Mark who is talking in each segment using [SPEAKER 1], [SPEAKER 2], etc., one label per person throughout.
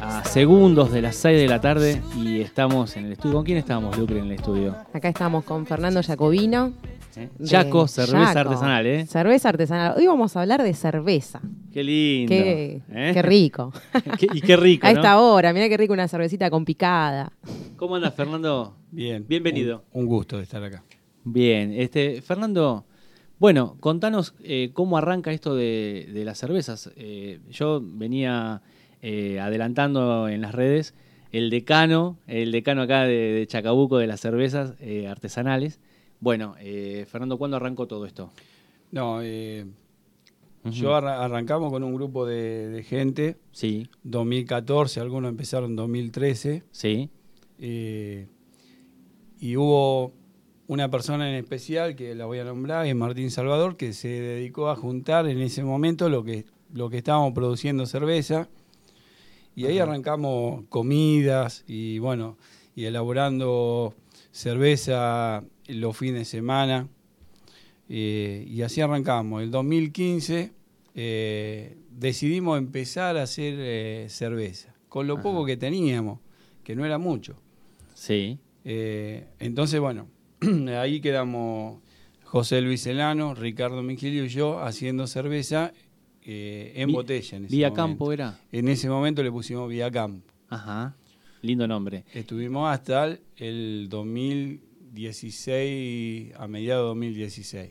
[SPEAKER 1] a segundos de las 6 de la tarde y estamos en el estudio. ¿Con quién estábamos, Lucre, en el estudio?
[SPEAKER 2] Acá estamos con Fernando Jacobino.
[SPEAKER 1] ¿Eh?
[SPEAKER 2] de
[SPEAKER 1] Yaco, cerveza
[SPEAKER 2] Yaco.
[SPEAKER 1] artesanal, ¿eh?
[SPEAKER 2] Cerveza artesanal. Hoy vamos a hablar de cerveza.
[SPEAKER 1] Qué lindo.
[SPEAKER 2] Qué,
[SPEAKER 1] ¿eh?
[SPEAKER 2] qué rico.
[SPEAKER 1] Qué- y qué rico,
[SPEAKER 2] A
[SPEAKER 1] ¿no? Eh,
[SPEAKER 2] esta hora, mira qué rico una cervecita con picada.
[SPEAKER 1] ¿Cómo andas, Fernando?
[SPEAKER 3] Bien.
[SPEAKER 1] Bienvenido.
[SPEAKER 3] Un, un gusto de estar acá.
[SPEAKER 1] Bien, este, Fernando, bueno, contanos eh, cómo arranca esto de, de las cervezas. Eh, yo venía eh, adelantando en las redes el decano, el decano acá de, de Chacabuco de las cervezas eh, artesanales. Bueno, eh, Fernando, ¿cuándo arrancó todo esto?
[SPEAKER 3] No, eh, yo arra- arrancamos con un grupo de, de gente,
[SPEAKER 1] Sí,
[SPEAKER 3] 2014, algunos empezaron en 2013,
[SPEAKER 1] sí,
[SPEAKER 3] eh, y hubo una persona en especial que la voy a nombrar, es Martín Salvador, que se dedicó a juntar en ese momento lo que, lo que estábamos produciendo cerveza, y ahí arrancamos comidas y bueno, y elaborando cerveza los fines de semana. Eh, y así arrancamos. El 2015 eh, decidimos empezar a hacer eh, cerveza, con lo poco que teníamos, que no era mucho.
[SPEAKER 1] sí.
[SPEAKER 3] Eh, entonces, bueno, ahí quedamos José Luis Elano, Ricardo Mingilio y yo haciendo cerveza eh, en
[SPEAKER 1] Vi-
[SPEAKER 3] botella. En ese
[SPEAKER 1] Vía
[SPEAKER 3] momento.
[SPEAKER 1] Campo era.
[SPEAKER 3] En ese momento le pusimos Vía Campo.
[SPEAKER 1] Ajá, lindo nombre.
[SPEAKER 3] Estuvimos hasta el, el 2016, a mediados de 2016.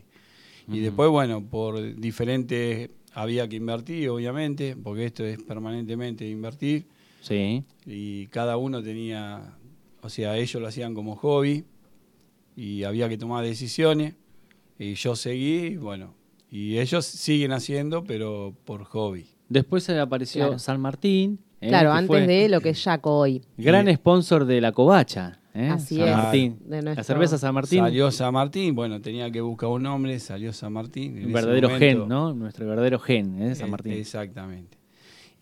[SPEAKER 3] Y después, bueno, por diferentes, había que invertir, obviamente, porque esto es permanentemente invertir.
[SPEAKER 1] Sí,
[SPEAKER 3] Y cada uno tenía, o sea, ellos lo hacían como hobby y había que tomar decisiones. Y yo seguí, bueno, y ellos siguen haciendo, pero por hobby.
[SPEAKER 1] después apareció
[SPEAKER 2] Claro.
[SPEAKER 1] San Martín. ¿eh?
[SPEAKER 2] claro,
[SPEAKER 1] que
[SPEAKER 2] antes
[SPEAKER 1] fue-
[SPEAKER 2] de lo que es Yaco hoy.
[SPEAKER 1] Gran
[SPEAKER 3] Y-
[SPEAKER 1] sponsor de la covacha. ¿eh?
[SPEAKER 2] Así
[SPEAKER 1] San
[SPEAKER 3] es,
[SPEAKER 1] Martín.
[SPEAKER 2] de nuestro-
[SPEAKER 1] La cerveza San Martín.
[SPEAKER 3] Salió San Martín, bueno, tenía que buscar un nombre, salió San Martín. en
[SPEAKER 1] el
[SPEAKER 3] ese
[SPEAKER 1] verdadero
[SPEAKER 3] momento-
[SPEAKER 1] gen, ¿no? Nuestro verdadero gen, ¿eh? San
[SPEAKER 3] Eh,
[SPEAKER 1] Martín.
[SPEAKER 3] Exactamente.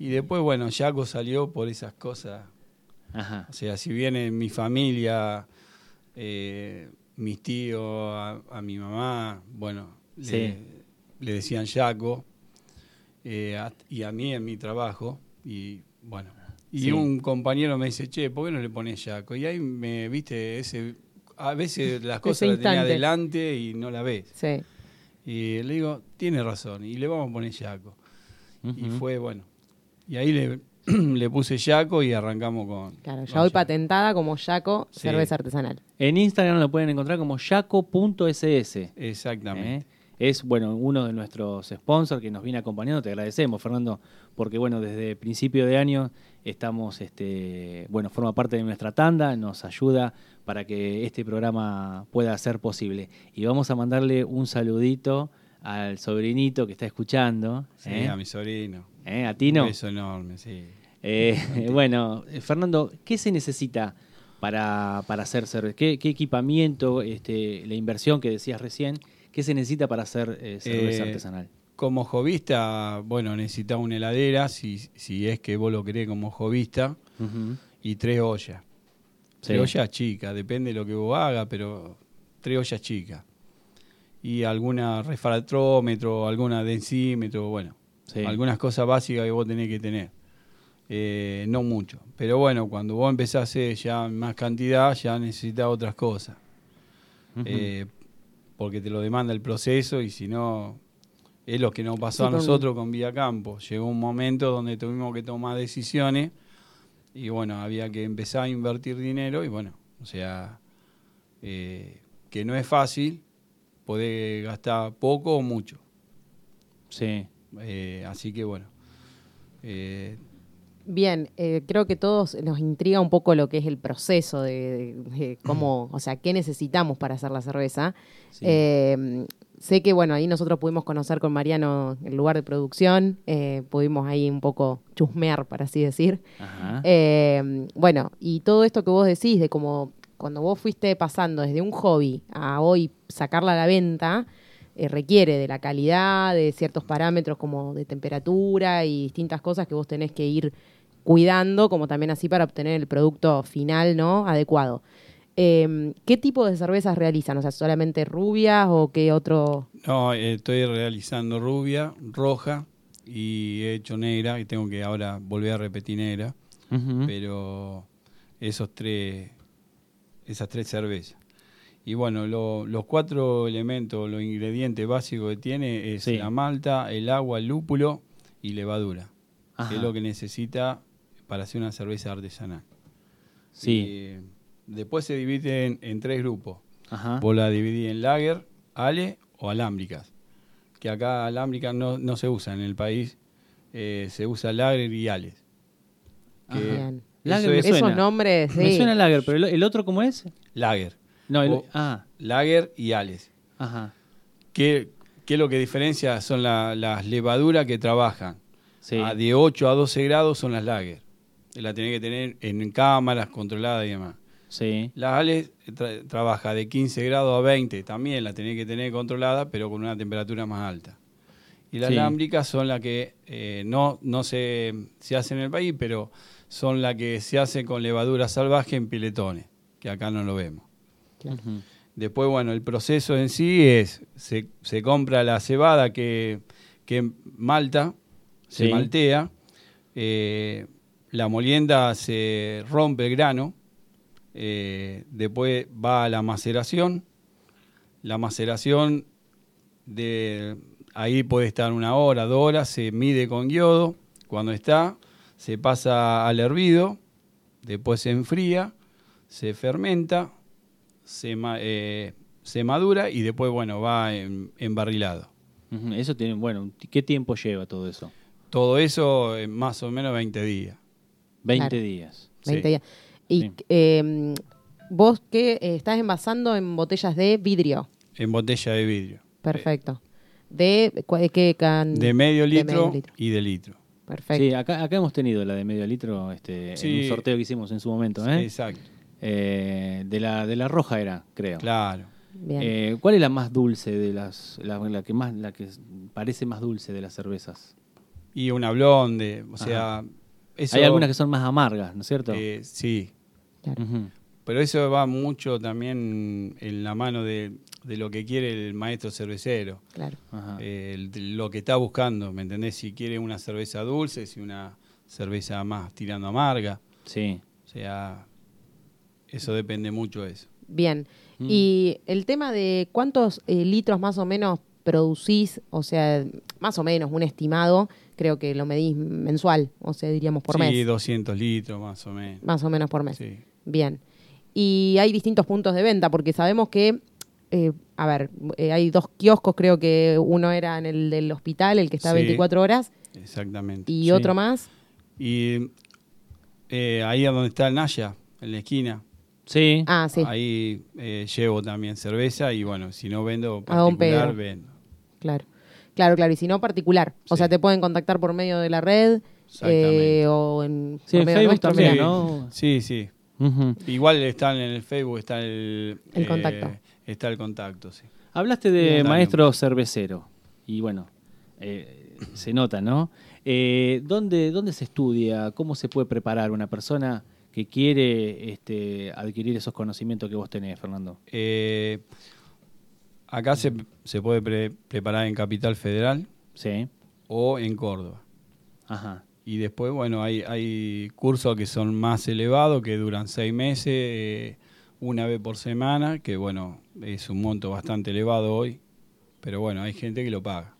[SPEAKER 3] Y después, bueno, Yaco salió por esas cosas.
[SPEAKER 1] Ajá.
[SPEAKER 3] O sea, si bien en mi familia, eh, mis tíos, a, a mi mamá, bueno, le,
[SPEAKER 1] Sí.
[SPEAKER 3] le decían Yaco, eh, a- y a mí en mi trabajo, y bueno. Y
[SPEAKER 1] Sí.
[SPEAKER 3] un compañero me dice, che, ¿por qué no le pones Yaco? Y ahí me, viste, ese, a veces las cosas las tenía
[SPEAKER 2] instante.
[SPEAKER 3] adelante y no la ves.
[SPEAKER 2] Sí.
[SPEAKER 3] Y le digo, tiene razón, y le vamos a poner Yaco. Y
[SPEAKER 1] Ujú.
[SPEAKER 3] fue bueno. Y ahí le, le puse Yaco y arrancamos con.
[SPEAKER 2] Claro, ya
[SPEAKER 3] con
[SPEAKER 2] hoy
[SPEAKER 3] Yaco.
[SPEAKER 2] patentada como Yaco,
[SPEAKER 3] Sí.
[SPEAKER 2] cerveza artesanal.
[SPEAKER 1] En Instagram lo pueden encontrar como yaco.ss.
[SPEAKER 3] Exactamente.
[SPEAKER 1] ¿eh? Es, bueno, uno de nuestros sponsors que nos viene acompañando. Te agradecemos, Fernando, porque, bueno, desde principio de año estamos, este, bueno, forma parte de nuestra tanda, nos ayuda para que este programa pueda ser posible. Y vamos a mandarle un saludito al sobrinito que está escuchando.
[SPEAKER 3] Sí,
[SPEAKER 1] ¿eh?
[SPEAKER 3] a mi sobrino.
[SPEAKER 1] ¿Eh? A
[SPEAKER 3] Un
[SPEAKER 1] Tino.
[SPEAKER 3] beso enorme, sí.
[SPEAKER 1] Eh, bueno, eh, Fernando, ¿qué se necesita para, para hacer cerveza? ¿Qué, qué equipamiento, este, la inversión que decías recién, qué se necesita para hacer eh, cerveza
[SPEAKER 3] Eh,
[SPEAKER 1] artesanal?
[SPEAKER 3] Como jovista, bueno, necesitás una heladera, si, si es que vos lo querés como jovista,
[SPEAKER 1] Ujú.
[SPEAKER 3] y tres ollas.
[SPEAKER 1] Sí.
[SPEAKER 3] Tres ollas chicas, depende de lo que vos hagas, pero tres ollas chicas. Y alguna refractrómetro, alguna densímetro, bueno.
[SPEAKER 1] Sí.
[SPEAKER 3] algunas cosas básicas que vos tenés que tener. Eh, no mucho. Pero bueno, cuando vos empezás a hacer ya más cantidad, ya necesitas otras cosas.
[SPEAKER 1] Ujú.
[SPEAKER 3] Eh, porque te lo demanda el proceso y si no, es lo que nos
[SPEAKER 2] Sí,
[SPEAKER 3] pasó a
[SPEAKER 2] por-
[SPEAKER 3] nosotros con Villa Campo. Llegó un momento donde tuvimos que tomar decisiones y bueno, había que empezar a invertir dinero y bueno, o sea, eh, que no es fácil, podés gastar poco o mucho.
[SPEAKER 1] Sí.
[SPEAKER 3] Eh, así que bueno. Eh,
[SPEAKER 2] Bien, eh, creo que todos nos intriga un poco lo que es el proceso de, de- de cómo, o sea, qué necesitamos para hacer la cerveza.
[SPEAKER 1] Sí.
[SPEAKER 2] Eh, sé que, bueno, ahí nosotros pudimos conocer con Mariano el lugar de producción, eh, pudimos ahí un poco chusmear, para así decir.
[SPEAKER 1] Ajá.
[SPEAKER 2] Eh, bueno, y todo esto que vos decís de cómo cuando vos fuiste pasando desde un hobby a hoy sacarla a la venta, eh, requiere de la calidad, de ciertos parámetros como de temperatura y distintas cosas que vos tenés que ir cuidando, como también así para obtener el producto final, ¿no? Adecuado. Eh, ¿Qué tipo de cervezas realizan? O sea, solamente rubias o qué otro...
[SPEAKER 3] no, eh, estoy realizando rubia, roja y he hecho negra y tengo que ahora volver a repetir negra.
[SPEAKER 1] Ujú.
[SPEAKER 3] pero eh, esos tres, esas tres cervezas. Y bueno, lo- los cuatro elementos, los ingredientes básicos que tiene es
[SPEAKER 1] Sí.
[SPEAKER 3] la malta, el agua, el lúpulo y levadura,
[SPEAKER 1] Ajá.
[SPEAKER 3] que es lo que necesita para hacer una cerveza artesanal.
[SPEAKER 1] Sí.
[SPEAKER 3] Y después se dividen en, tres grupos.
[SPEAKER 1] Ajá.
[SPEAKER 3] Vos la dividís en lager, ale o alámbricas. Que acá alámbricas no, no se usa en el país, eh, se usa lager y ales. Que
[SPEAKER 1] Ajá.
[SPEAKER 2] Bien.
[SPEAKER 1] Lager
[SPEAKER 3] eso es
[SPEAKER 1] me suena.
[SPEAKER 2] Esos nombres,
[SPEAKER 1] Me
[SPEAKER 2] sí.
[SPEAKER 1] suena Lager, pero el, el otro cómo es?
[SPEAKER 3] lager.
[SPEAKER 1] No, el,
[SPEAKER 3] O-
[SPEAKER 1] ah,
[SPEAKER 3] Lager y ales.
[SPEAKER 1] ajá.
[SPEAKER 3] ¿Qué, qué lo que diferencia son la- las levaduras que trabajan?
[SPEAKER 1] Sí.
[SPEAKER 3] A de 8 a 12 grados son las lager. La tenés que tener en cámaras controladas y demás.
[SPEAKER 1] Sí.
[SPEAKER 3] Las ales tra- trabaja de 15 grados a 20, también la tenés que tener controlada, pero con una temperatura más alta. Y las
[SPEAKER 1] Sí.
[SPEAKER 3] lámbricas son las que eh, no, no se, se hacen en el país, pero son las que se hacen con levadura salvaje en piletones, que acá no lo vemos.
[SPEAKER 1] Ujú.
[SPEAKER 3] Después, bueno, el proceso en sí es, se, se compra la cebada que, que malta, se
[SPEAKER 1] Sí.
[SPEAKER 3] maltea, eh, la molienda se rompe el grano, eh, después va a la maceración, la maceración de ahí puede estar una hora, dos horas, se mide con yodo, cuando está, se pasa al hervido, después se enfría, se fermenta, se, ma- eh, se madura y después, bueno, va en, embarrilado.
[SPEAKER 1] Ujú. Eso tiene, bueno, ¿qué tiempo lleva todo eso?
[SPEAKER 3] Todo eso en más o menos 20 días.
[SPEAKER 1] 20
[SPEAKER 2] Claro.
[SPEAKER 1] días.
[SPEAKER 2] 20
[SPEAKER 3] Sí.
[SPEAKER 2] días. Y
[SPEAKER 1] Sí.
[SPEAKER 2] eh, vos que eh, estás envasando en botellas de vidrio.
[SPEAKER 3] En botella de vidrio.
[SPEAKER 2] Perfecto. ¿De cua- de qué can?
[SPEAKER 3] De medio
[SPEAKER 2] Mm, de
[SPEAKER 3] litro,
[SPEAKER 2] medio litro.
[SPEAKER 3] y de litro.
[SPEAKER 2] Perfecto.
[SPEAKER 1] Sí, acá, acá hemos tenido la de medio litro este, en
[SPEAKER 3] Sí.
[SPEAKER 1] un sorteo que hicimos en su momento. ¿eh?
[SPEAKER 3] Exacto.
[SPEAKER 1] Eh, de, la, de la roja era, creo.
[SPEAKER 3] Claro.
[SPEAKER 2] Bien.
[SPEAKER 1] Eh, ¿Cuál es la más dulce de las, la, la que más, la que parece más dulce de las cervezas?
[SPEAKER 3] Y una blonde. O sea, eso.
[SPEAKER 1] Hay algunas que son más amargas, ¿no es cierto?
[SPEAKER 3] eh, sí. mm.
[SPEAKER 2] Claro.
[SPEAKER 1] Ujú.
[SPEAKER 3] Pero eso va mucho también en la mano de, de lo que quiere el maestro cervecero.
[SPEAKER 2] claro.
[SPEAKER 1] Ajá.
[SPEAKER 3] eh, el- lo que está buscando, ¿me entendés? Si quiere una cerveza dulce, si una cerveza más tirando amarga.
[SPEAKER 1] Sí.
[SPEAKER 3] O sea, eso depende mucho de eso.
[SPEAKER 2] Bien.
[SPEAKER 3] Mm.
[SPEAKER 2] Y el tema de cuántos eh, litros más o menos producís, o sea, más o menos un estimado, creo que lo medís mensual, o sea, diríamos por
[SPEAKER 3] sí,
[SPEAKER 2] mes.
[SPEAKER 3] 200 litros más o menos.
[SPEAKER 2] Más o menos por mes.
[SPEAKER 3] Sí.
[SPEAKER 2] Bien. Y hay distintos puntos de venta, porque sabemos que, eh, a ver, eh, hay dos kioscos, creo que uno era en el del hospital, el que está
[SPEAKER 3] Sí.
[SPEAKER 2] 24 horas,
[SPEAKER 3] Exactamente.
[SPEAKER 2] y
[SPEAKER 1] Sí.
[SPEAKER 2] otro más.
[SPEAKER 3] Y eh, ahí es donde está el Naya, en la esquina.
[SPEAKER 1] Sí.
[SPEAKER 2] Ah, sí,
[SPEAKER 3] Ahí eh, llevo también cerveza y bueno, si no vendo
[SPEAKER 2] A Don
[SPEAKER 3] particular,
[SPEAKER 2] Pedro.
[SPEAKER 3] vendo.
[SPEAKER 2] claro. Claro, claro, y si no, particular. O
[SPEAKER 3] Sí.
[SPEAKER 2] sea, te pueden contactar por medio de la red
[SPEAKER 3] Exactamente.
[SPEAKER 2] eh, o en,
[SPEAKER 1] Sí,
[SPEAKER 2] por
[SPEAKER 1] en
[SPEAKER 2] medio
[SPEAKER 1] Facebook
[SPEAKER 2] nuestro,
[SPEAKER 1] también,
[SPEAKER 2] mirá.
[SPEAKER 1] ¿no?
[SPEAKER 3] Sí, sí.
[SPEAKER 1] Ujú.
[SPEAKER 3] Igual está en el Facebook, está el, eh,
[SPEAKER 2] El contacto.
[SPEAKER 3] Está el contacto, sí.
[SPEAKER 1] Hablaste de
[SPEAKER 3] Bien.
[SPEAKER 1] maestro cervecero y bueno, eh, se nota, ¿no? Eh, ¿dónde, ¿Dónde se estudia? ¿Cómo se puede preparar una persona que quiere este, adquirir esos conocimientos que vos tenés, Fernando?
[SPEAKER 3] Eh, acá se, se puede pre- preparar en Capital Federal
[SPEAKER 1] Sí,
[SPEAKER 3] o en Córdoba.
[SPEAKER 1] ajá.
[SPEAKER 3] Y después, bueno, hay, hay cursos que son más elevados, que duran seis meses, eh, una vez por semana, que bueno, es un monto bastante elevado hoy, pero bueno, hay gente que lo paga.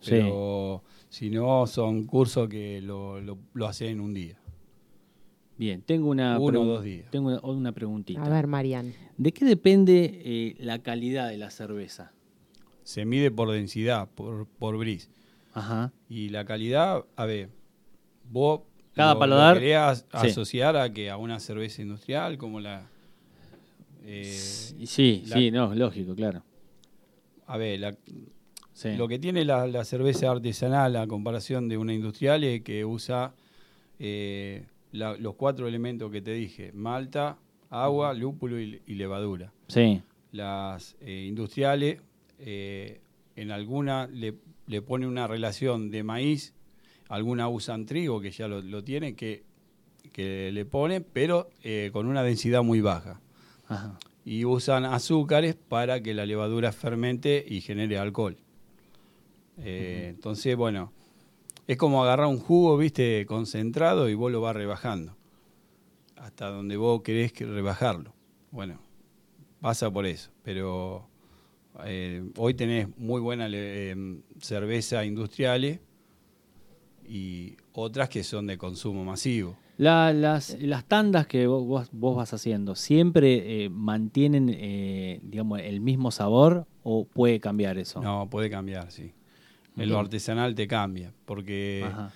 [SPEAKER 1] Sí.
[SPEAKER 3] Pero si no, son cursos que lo, lo, lo hacen en un día.
[SPEAKER 1] Bien, tengo una,
[SPEAKER 3] Uno o
[SPEAKER 1] pregun-
[SPEAKER 3] dos días.
[SPEAKER 1] Tengo una, una preguntita.
[SPEAKER 2] A ver, Marian.
[SPEAKER 1] ¿De qué depende eh, la calidad de la cerveza?
[SPEAKER 3] Se mide por densidad, por, por bris.
[SPEAKER 1] Ajá.
[SPEAKER 3] Y la calidad, a ver, vos
[SPEAKER 1] Cada paladar,
[SPEAKER 3] querías
[SPEAKER 1] sí.
[SPEAKER 3] asociar a que a una cerveza industrial como la eh,
[SPEAKER 1] Sí,
[SPEAKER 3] la-
[SPEAKER 1] sí, no, lógico, claro.
[SPEAKER 3] a ver, la-
[SPEAKER 1] Sí.
[SPEAKER 3] lo que tiene la, la cerveza artesanal a comparación de una industrial es que usa eh, la- los cuatro elementos que te dije, malta, agua, lúpulo y, y levadura.
[SPEAKER 1] Sí,
[SPEAKER 3] Las eh, industriales eh, en alguna le, le pone una relación de maíz, algunas usan trigo que ya lo, lo tienen, que, que le ponen, pero eh, con una densidad muy baja.
[SPEAKER 1] ajá.
[SPEAKER 3] Y usan azúcares para que la levadura fermente y genere alcohol. Eh, Entonces, bueno, Es como agarrar un jugo, viste, concentrado y vos lo vas rebajando. Hasta donde vos querés que rebajarlo. Bueno, pasa por eso. Pero eh, hoy tenés muy buenas eh, cervezas industriales y otras que son de consumo masivo.
[SPEAKER 1] La- las, las tandas que vos, vos- vos vas haciendo, ¿siempre eh, mantienen eh, digamos, el mismo sabor o puede cambiar eso?
[SPEAKER 3] No, puede cambiar, sí. En
[SPEAKER 1] Bien.
[SPEAKER 3] Lo artesanal te cambia, porque
[SPEAKER 1] Ajá.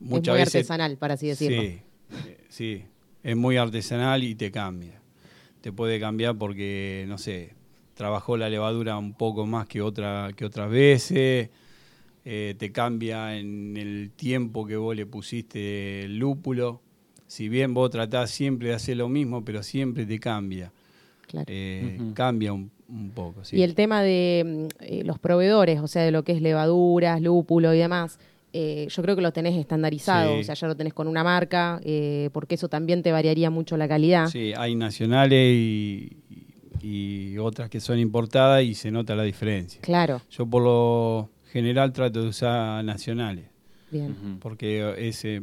[SPEAKER 3] muchas
[SPEAKER 2] es muy
[SPEAKER 3] veces...
[SPEAKER 2] artesanal, para así decirlo.
[SPEAKER 3] Sí, eh, sí, es muy artesanal y te cambia. Te puede cambiar porque, no sé, trabajó la levadura un poco más que, otra, que otras veces, eh, te cambia en el tiempo que vos le pusiste el lúpulo. Si bien vos tratás siempre de hacer lo mismo, pero siempre te cambia.
[SPEAKER 2] Claro.
[SPEAKER 3] Eh,
[SPEAKER 1] Ujú.
[SPEAKER 3] Cambia un, un poco. sí.
[SPEAKER 2] Y el tema de mm, eh, los proveedores, o sea, de lo que es levaduras, lúpulo y demás, eh, yo creo que lo tenés estandarizado,
[SPEAKER 3] Sí.
[SPEAKER 2] o sea, ya lo tenés con una marca, eh, porque eso también te variaría mucho la calidad.
[SPEAKER 3] Sí, hay nacionales y, y otras que son importadas y se nota la diferencia.
[SPEAKER 2] Claro,
[SPEAKER 3] Yo por lo general trato de usar nacionales,
[SPEAKER 2] bien,
[SPEAKER 1] Ujú.
[SPEAKER 3] porque ese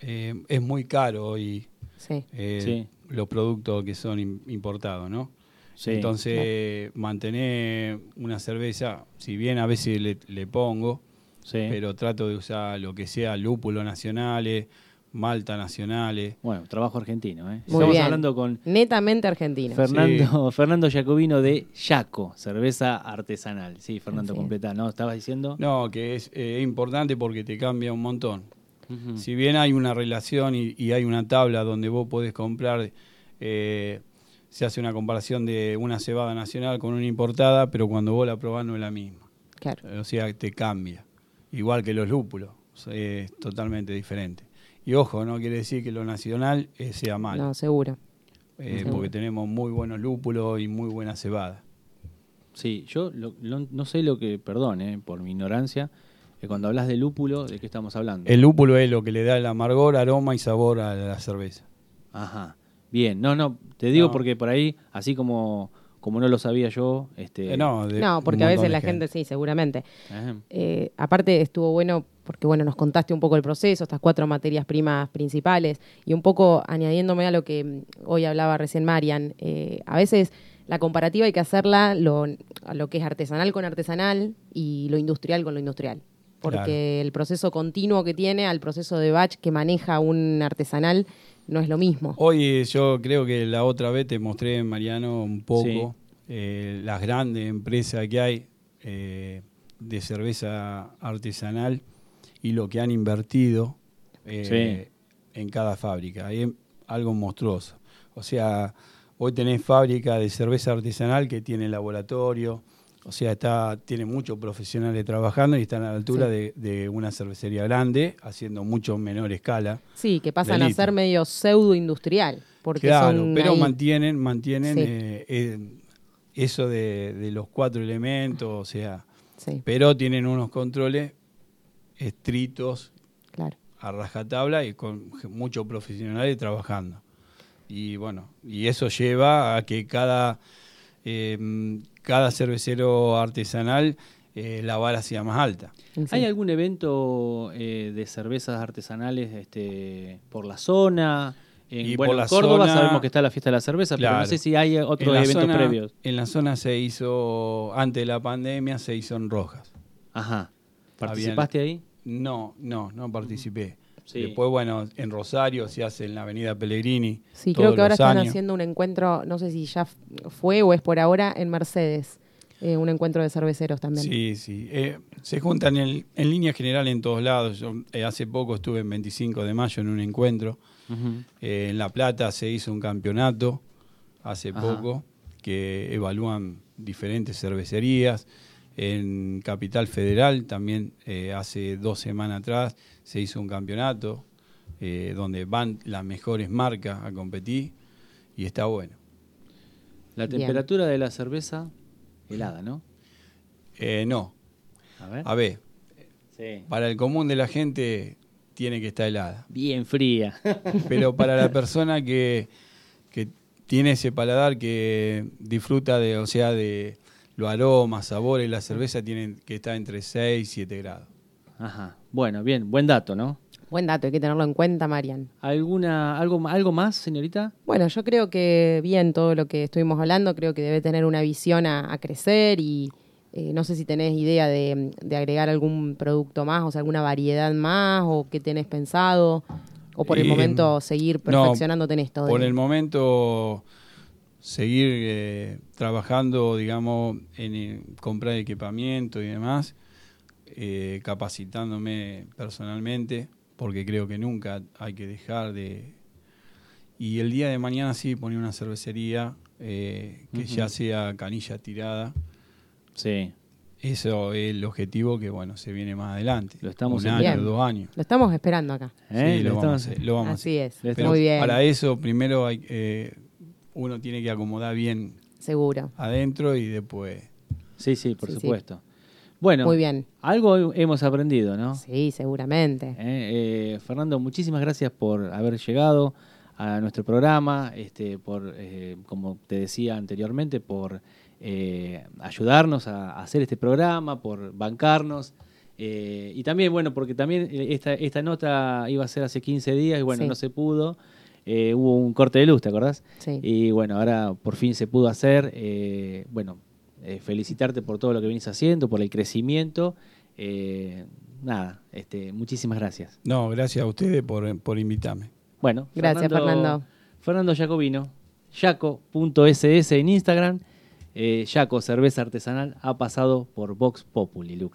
[SPEAKER 3] eh, es muy caro hoy
[SPEAKER 2] sí.
[SPEAKER 3] eh,
[SPEAKER 1] Sí.
[SPEAKER 3] los productos que son im- importados, ¿no?
[SPEAKER 1] Sí.
[SPEAKER 3] Entonces, mantener una cerveza, si bien a veces le, le pongo,
[SPEAKER 1] Sí.
[SPEAKER 3] pero trato de usar lo que sea lúpulo nacionales, malta nacionales.
[SPEAKER 1] Bueno, trabajo argentino. ¿eh?
[SPEAKER 2] Muy
[SPEAKER 1] Estamos
[SPEAKER 2] bien.
[SPEAKER 1] hablando con
[SPEAKER 2] Netamente argentino.
[SPEAKER 1] Fernando, Fernando Jacobino de Yaco, cerveza artesanal. Sí, Fernando,
[SPEAKER 2] Así es.
[SPEAKER 1] completá, ¿no? Estabas diciendo.
[SPEAKER 3] No, que es eh, importante porque te cambia un montón.
[SPEAKER 1] Ujú.
[SPEAKER 3] Si bien hay una relación y, y hay una tabla donde vos podés comprar, eh, se hace una comparación de una cebada nacional con una importada, pero cuando vos la probás no es la misma.
[SPEAKER 2] Claro,
[SPEAKER 3] O sea, te cambia. Igual que los lúpulos, o sea, es totalmente diferente. Y ojo, no quiere decir que lo nacional eh, sea malo,
[SPEAKER 2] no, seguro.
[SPEAKER 3] eh,
[SPEAKER 2] seguro.
[SPEAKER 3] porque tenemos muy buenos lúpulos y muy buena cebada.
[SPEAKER 1] Sí, yo lo- lo- no sé lo que, perdón, ¿eh? por mi ignorancia, que cuando hablas de lúpulo, ¿de qué estamos hablando?
[SPEAKER 3] El lúpulo es lo que le da el amargor, aroma y sabor a la cerveza.
[SPEAKER 1] Ajá. Bien, no, no, te digo
[SPEAKER 3] No.
[SPEAKER 1] porque por ahí, así como, como no lo sabía yo, este.
[SPEAKER 3] Eh, no, de
[SPEAKER 2] No,
[SPEAKER 3] un
[SPEAKER 2] porque a veces
[SPEAKER 3] montón de
[SPEAKER 2] la gente, sí, seguramente.
[SPEAKER 1] Ajá.
[SPEAKER 2] Eh, aparte estuvo bueno porque bueno nos contaste un poco el proceso, estas cuatro materias primas principales y un poco añadiéndome a lo que mm, hoy hablaba recién Marian, eh, a veces la comparativa hay que hacerla lo, a lo que es artesanal con artesanal y lo industrial con lo industrial, porque
[SPEAKER 3] Claro.
[SPEAKER 2] el proceso continuo que tiene al proceso de batch que maneja un artesanal no es lo mismo.
[SPEAKER 3] Hoy eh, yo creo que la otra vez te mostré, Mariano, un poco eh, las grandes empresas que hay eh, de cerveza artesanal y lo que han invertido eh, en cada fábrica. Es algo monstruoso. O sea, hoy tenés fábrica de cerveza artesanal que tiene laboratorio, o sea, está, tiene muchos profesionales trabajando y están a la altura de- de una cervecería grande, haciendo mucho menor escala.
[SPEAKER 2] Sí, que pasan
[SPEAKER 3] Delito.
[SPEAKER 2] a ser medio pseudo industrial, porque
[SPEAKER 3] Claro,
[SPEAKER 2] son
[SPEAKER 3] pero
[SPEAKER 2] ahí-
[SPEAKER 3] mantienen, mantienen
[SPEAKER 2] Sí.
[SPEAKER 3] eh, eh, eso de, de los cuatro elementos, o sea,
[SPEAKER 2] sí,
[SPEAKER 3] pero tienen unos controles estrictos
[SPEAKER 2] claro.
[SPEAKER 3] a rajatabla y con muchos profesionales trabajando. Y bueno, y eso lleva a que cada, eh, cada cervecero artesanal eh, la vara sea más alta.
[SPEAKER 2] Sí.
[SPEAKER 1] ¿Hay algún evento eh, de cervezas artesanales este, por la zona? En,
[SPEAKER 3] Y
[SPEAKER 1] bueno,
[SPEAKER 3] por
[SPEAKER 1] en
[SPEAKER 3] la
[SPEAKER 1] Córdoba
[SPEAKER 3] zona-
[SPEAKER 1] sabemos que está la fiesta de la cerveza, pero no
[SPEAKER 3] Claro.
[SPEAKER 1] sé si hay otros
[SPEAKER 3] En la
[SPEAKER 1] eventos
[SPEAKER 3] zona-
[SPEAKER 1] previos.
[SPEAKER 3] En la zona se hizo, antes de la pandemia, se hizo en Rojas.
[SPEAKER 1] Ajá.
[SPEAKER 3] Está
[SPEAKER 1] ¿Participaste ahí?
[SPEAKER 3] No, no, no participé.
[SPEAKER 1] Sí.
[SPEAKER 3] Después, bueno, en Rosario se hace en la Avenida Pellegrini.
[SPEAKER 2] Sí,
[SPEAKER 3] todos
[SPEAKER 2] creo que ahora
[SPEAKER 3] los
[SPEAKER 2] están
[SPEAKER 3] años.
[SPEAKER 2] haciendo un encuentro, no sé si ya f- fue o es por ahora, en Mercedes, eh, un encuentro de cerveceros también.
[SPEAKER 3] Sí, sí. Eh, se juntan en, en línea general en todos lados. Yo, eh, hace poco estuve en 25 de mayo en un encuentro.
[SPEAKER 1] Ujú.
[SPEAKER 3] Eh, en La Plata se hizo un campeonato hace
[SPEAKER 1] Ajá.
[SPEAKER 3] poco que evalúan diferentes cervecerías. En Capital Federal también eh, hace dos semanas atrás se hizo un campeonato eh, donde van las mejores marcas a competir y está bueno.
[SPEAKER 1] La
[SPEAKER 2] Bien.
[SPEAKER 1] temperatura de la cerveza helada, ¿no?
[SPEAKER 3] Eh, no,
[SPEAKER 1] A ver.
[SPEAKER 3] a ver,
[SPEAKER 1] Sí.
[SPEAKER 3] para el común de la gente tiene que estar helada.
[SPEAKER 1] Bien fría.
[SPEAKER 3] pero para la persona que, que tiene ese paladar que disfruta de, o sea, de los aromas, sabores, la cerveza tienen que estar entre 6 y 7 grados.
[SPEAKER 1] Ajá. Bueno, bien, buen dato, ¿no?
[SPEAKER 2] Buen dato, hay que tenerlo en cuenta, Marian.
[SPEAKER 1] ¿Alguna, algo, ¿Algo más, señorita?
[SPEAKER 2] Bueno, yo creo que bien todo lo que estuvimos hablando, creo que debe tener una visión a, a crecer y eh, no sé si tenés idea de, de agregar algún producto más, o sea, alguna variedad más, o qué tenés pensado, o por el
[SPEAKER 3] Eh,
[SPEAKER 2] momento seguir
[SPEAKER 3] no,
[SPEAKER 2] perfeccionándote en esto. de-
[SPEAKER 3] Por el momento, seguir eh, trabajando, digamos, en eh, comprar equipamiento y demás, eh, capacitándome personalmente, porque creo que nunca hay que dejar de... Y el día de mañana sí poner una cervecería eh, que ya sea canilla tirada.
[SPEAKER 1] Sí.
[SPEAKER 3] Eso es el objetivo que, bueno, se viene más adelante.
[SPEAKER 1] Lo estamos
[SPEAKER 3] Un
[SPEAKER 1] en-
[SPEAKER 3] año,
[SPEAKER 2] Bien.
[SPEAKER 3] dos años.
[SPEAKER 2] Lo estamos esperando acá.
[SPEAKER 1] ¿Eh? ¿Le
[SPEAKER 3] Sí, lo vamos a
[SPEAKER 1] estamos-
[SPEAKER 3] hacer, lo vamos a
[SPEAKER 2] Así
[SPEAKER 3] hacer.
[SPEAKER 2] es,
[SPEAKER 1] Le
[SPEAKER 3] Pero
[SPEAKER 1] estamos-
[SPEAKER 2] muy bien,
[SPEAKER 3] Para eso, primero hay, eh, uno tiene que acomodar bien
[SPEAKER 2] seguro.
[SPEAKER 3] adentro y después.
[SPEAKER 1] Sí, sí, por
[SPEAKER 2] Sí, sí.
[SPEAKER 1] supuesto. Bueno,
[SPEAKER 2] Muy bien.
[SPEAKER 1] algo hemos aprendido, ¿no?
[SPEAKER 2] Sí, seguramente.
[SPEAKER 1] Eh, eh, Fernando, muchísimas gracias por haber llegado a nuestro programa, este, por, eh, como te decía anteriormente, por eh, ayudarnos a, a hacer este programa, por bancarnos. eh, y también, bueno, porque también eh, esta, esta nota iba a ser hace 15 días y bueno,
[SPEAKER 2] Sí.
[SPEAKER 1] no se pudo. Eh, hubo un corte de luz, ¿te acordás?
[SPEAKER 2] Sí.
[SPEAKER 1] Y bueno, ahora por fin se pudo hacer. eh, bueno, eh, felicitarte por todo lo que vienes haciendo, por el crecimiento. eh, nada, este, muchísimas gracias.
[SPEAKER 3] No, gracias a ustedes por, por invitarme.
[SPEAKER 1] Bueno,
[SPEAKER 2] Gracias, Fernando.
[SPEAKER 1] Fernando Jacobino, yaco.ss en Instagram. Eh, Yaco Cerveza Artesanal ha pasado por Vox Populi, Lucas.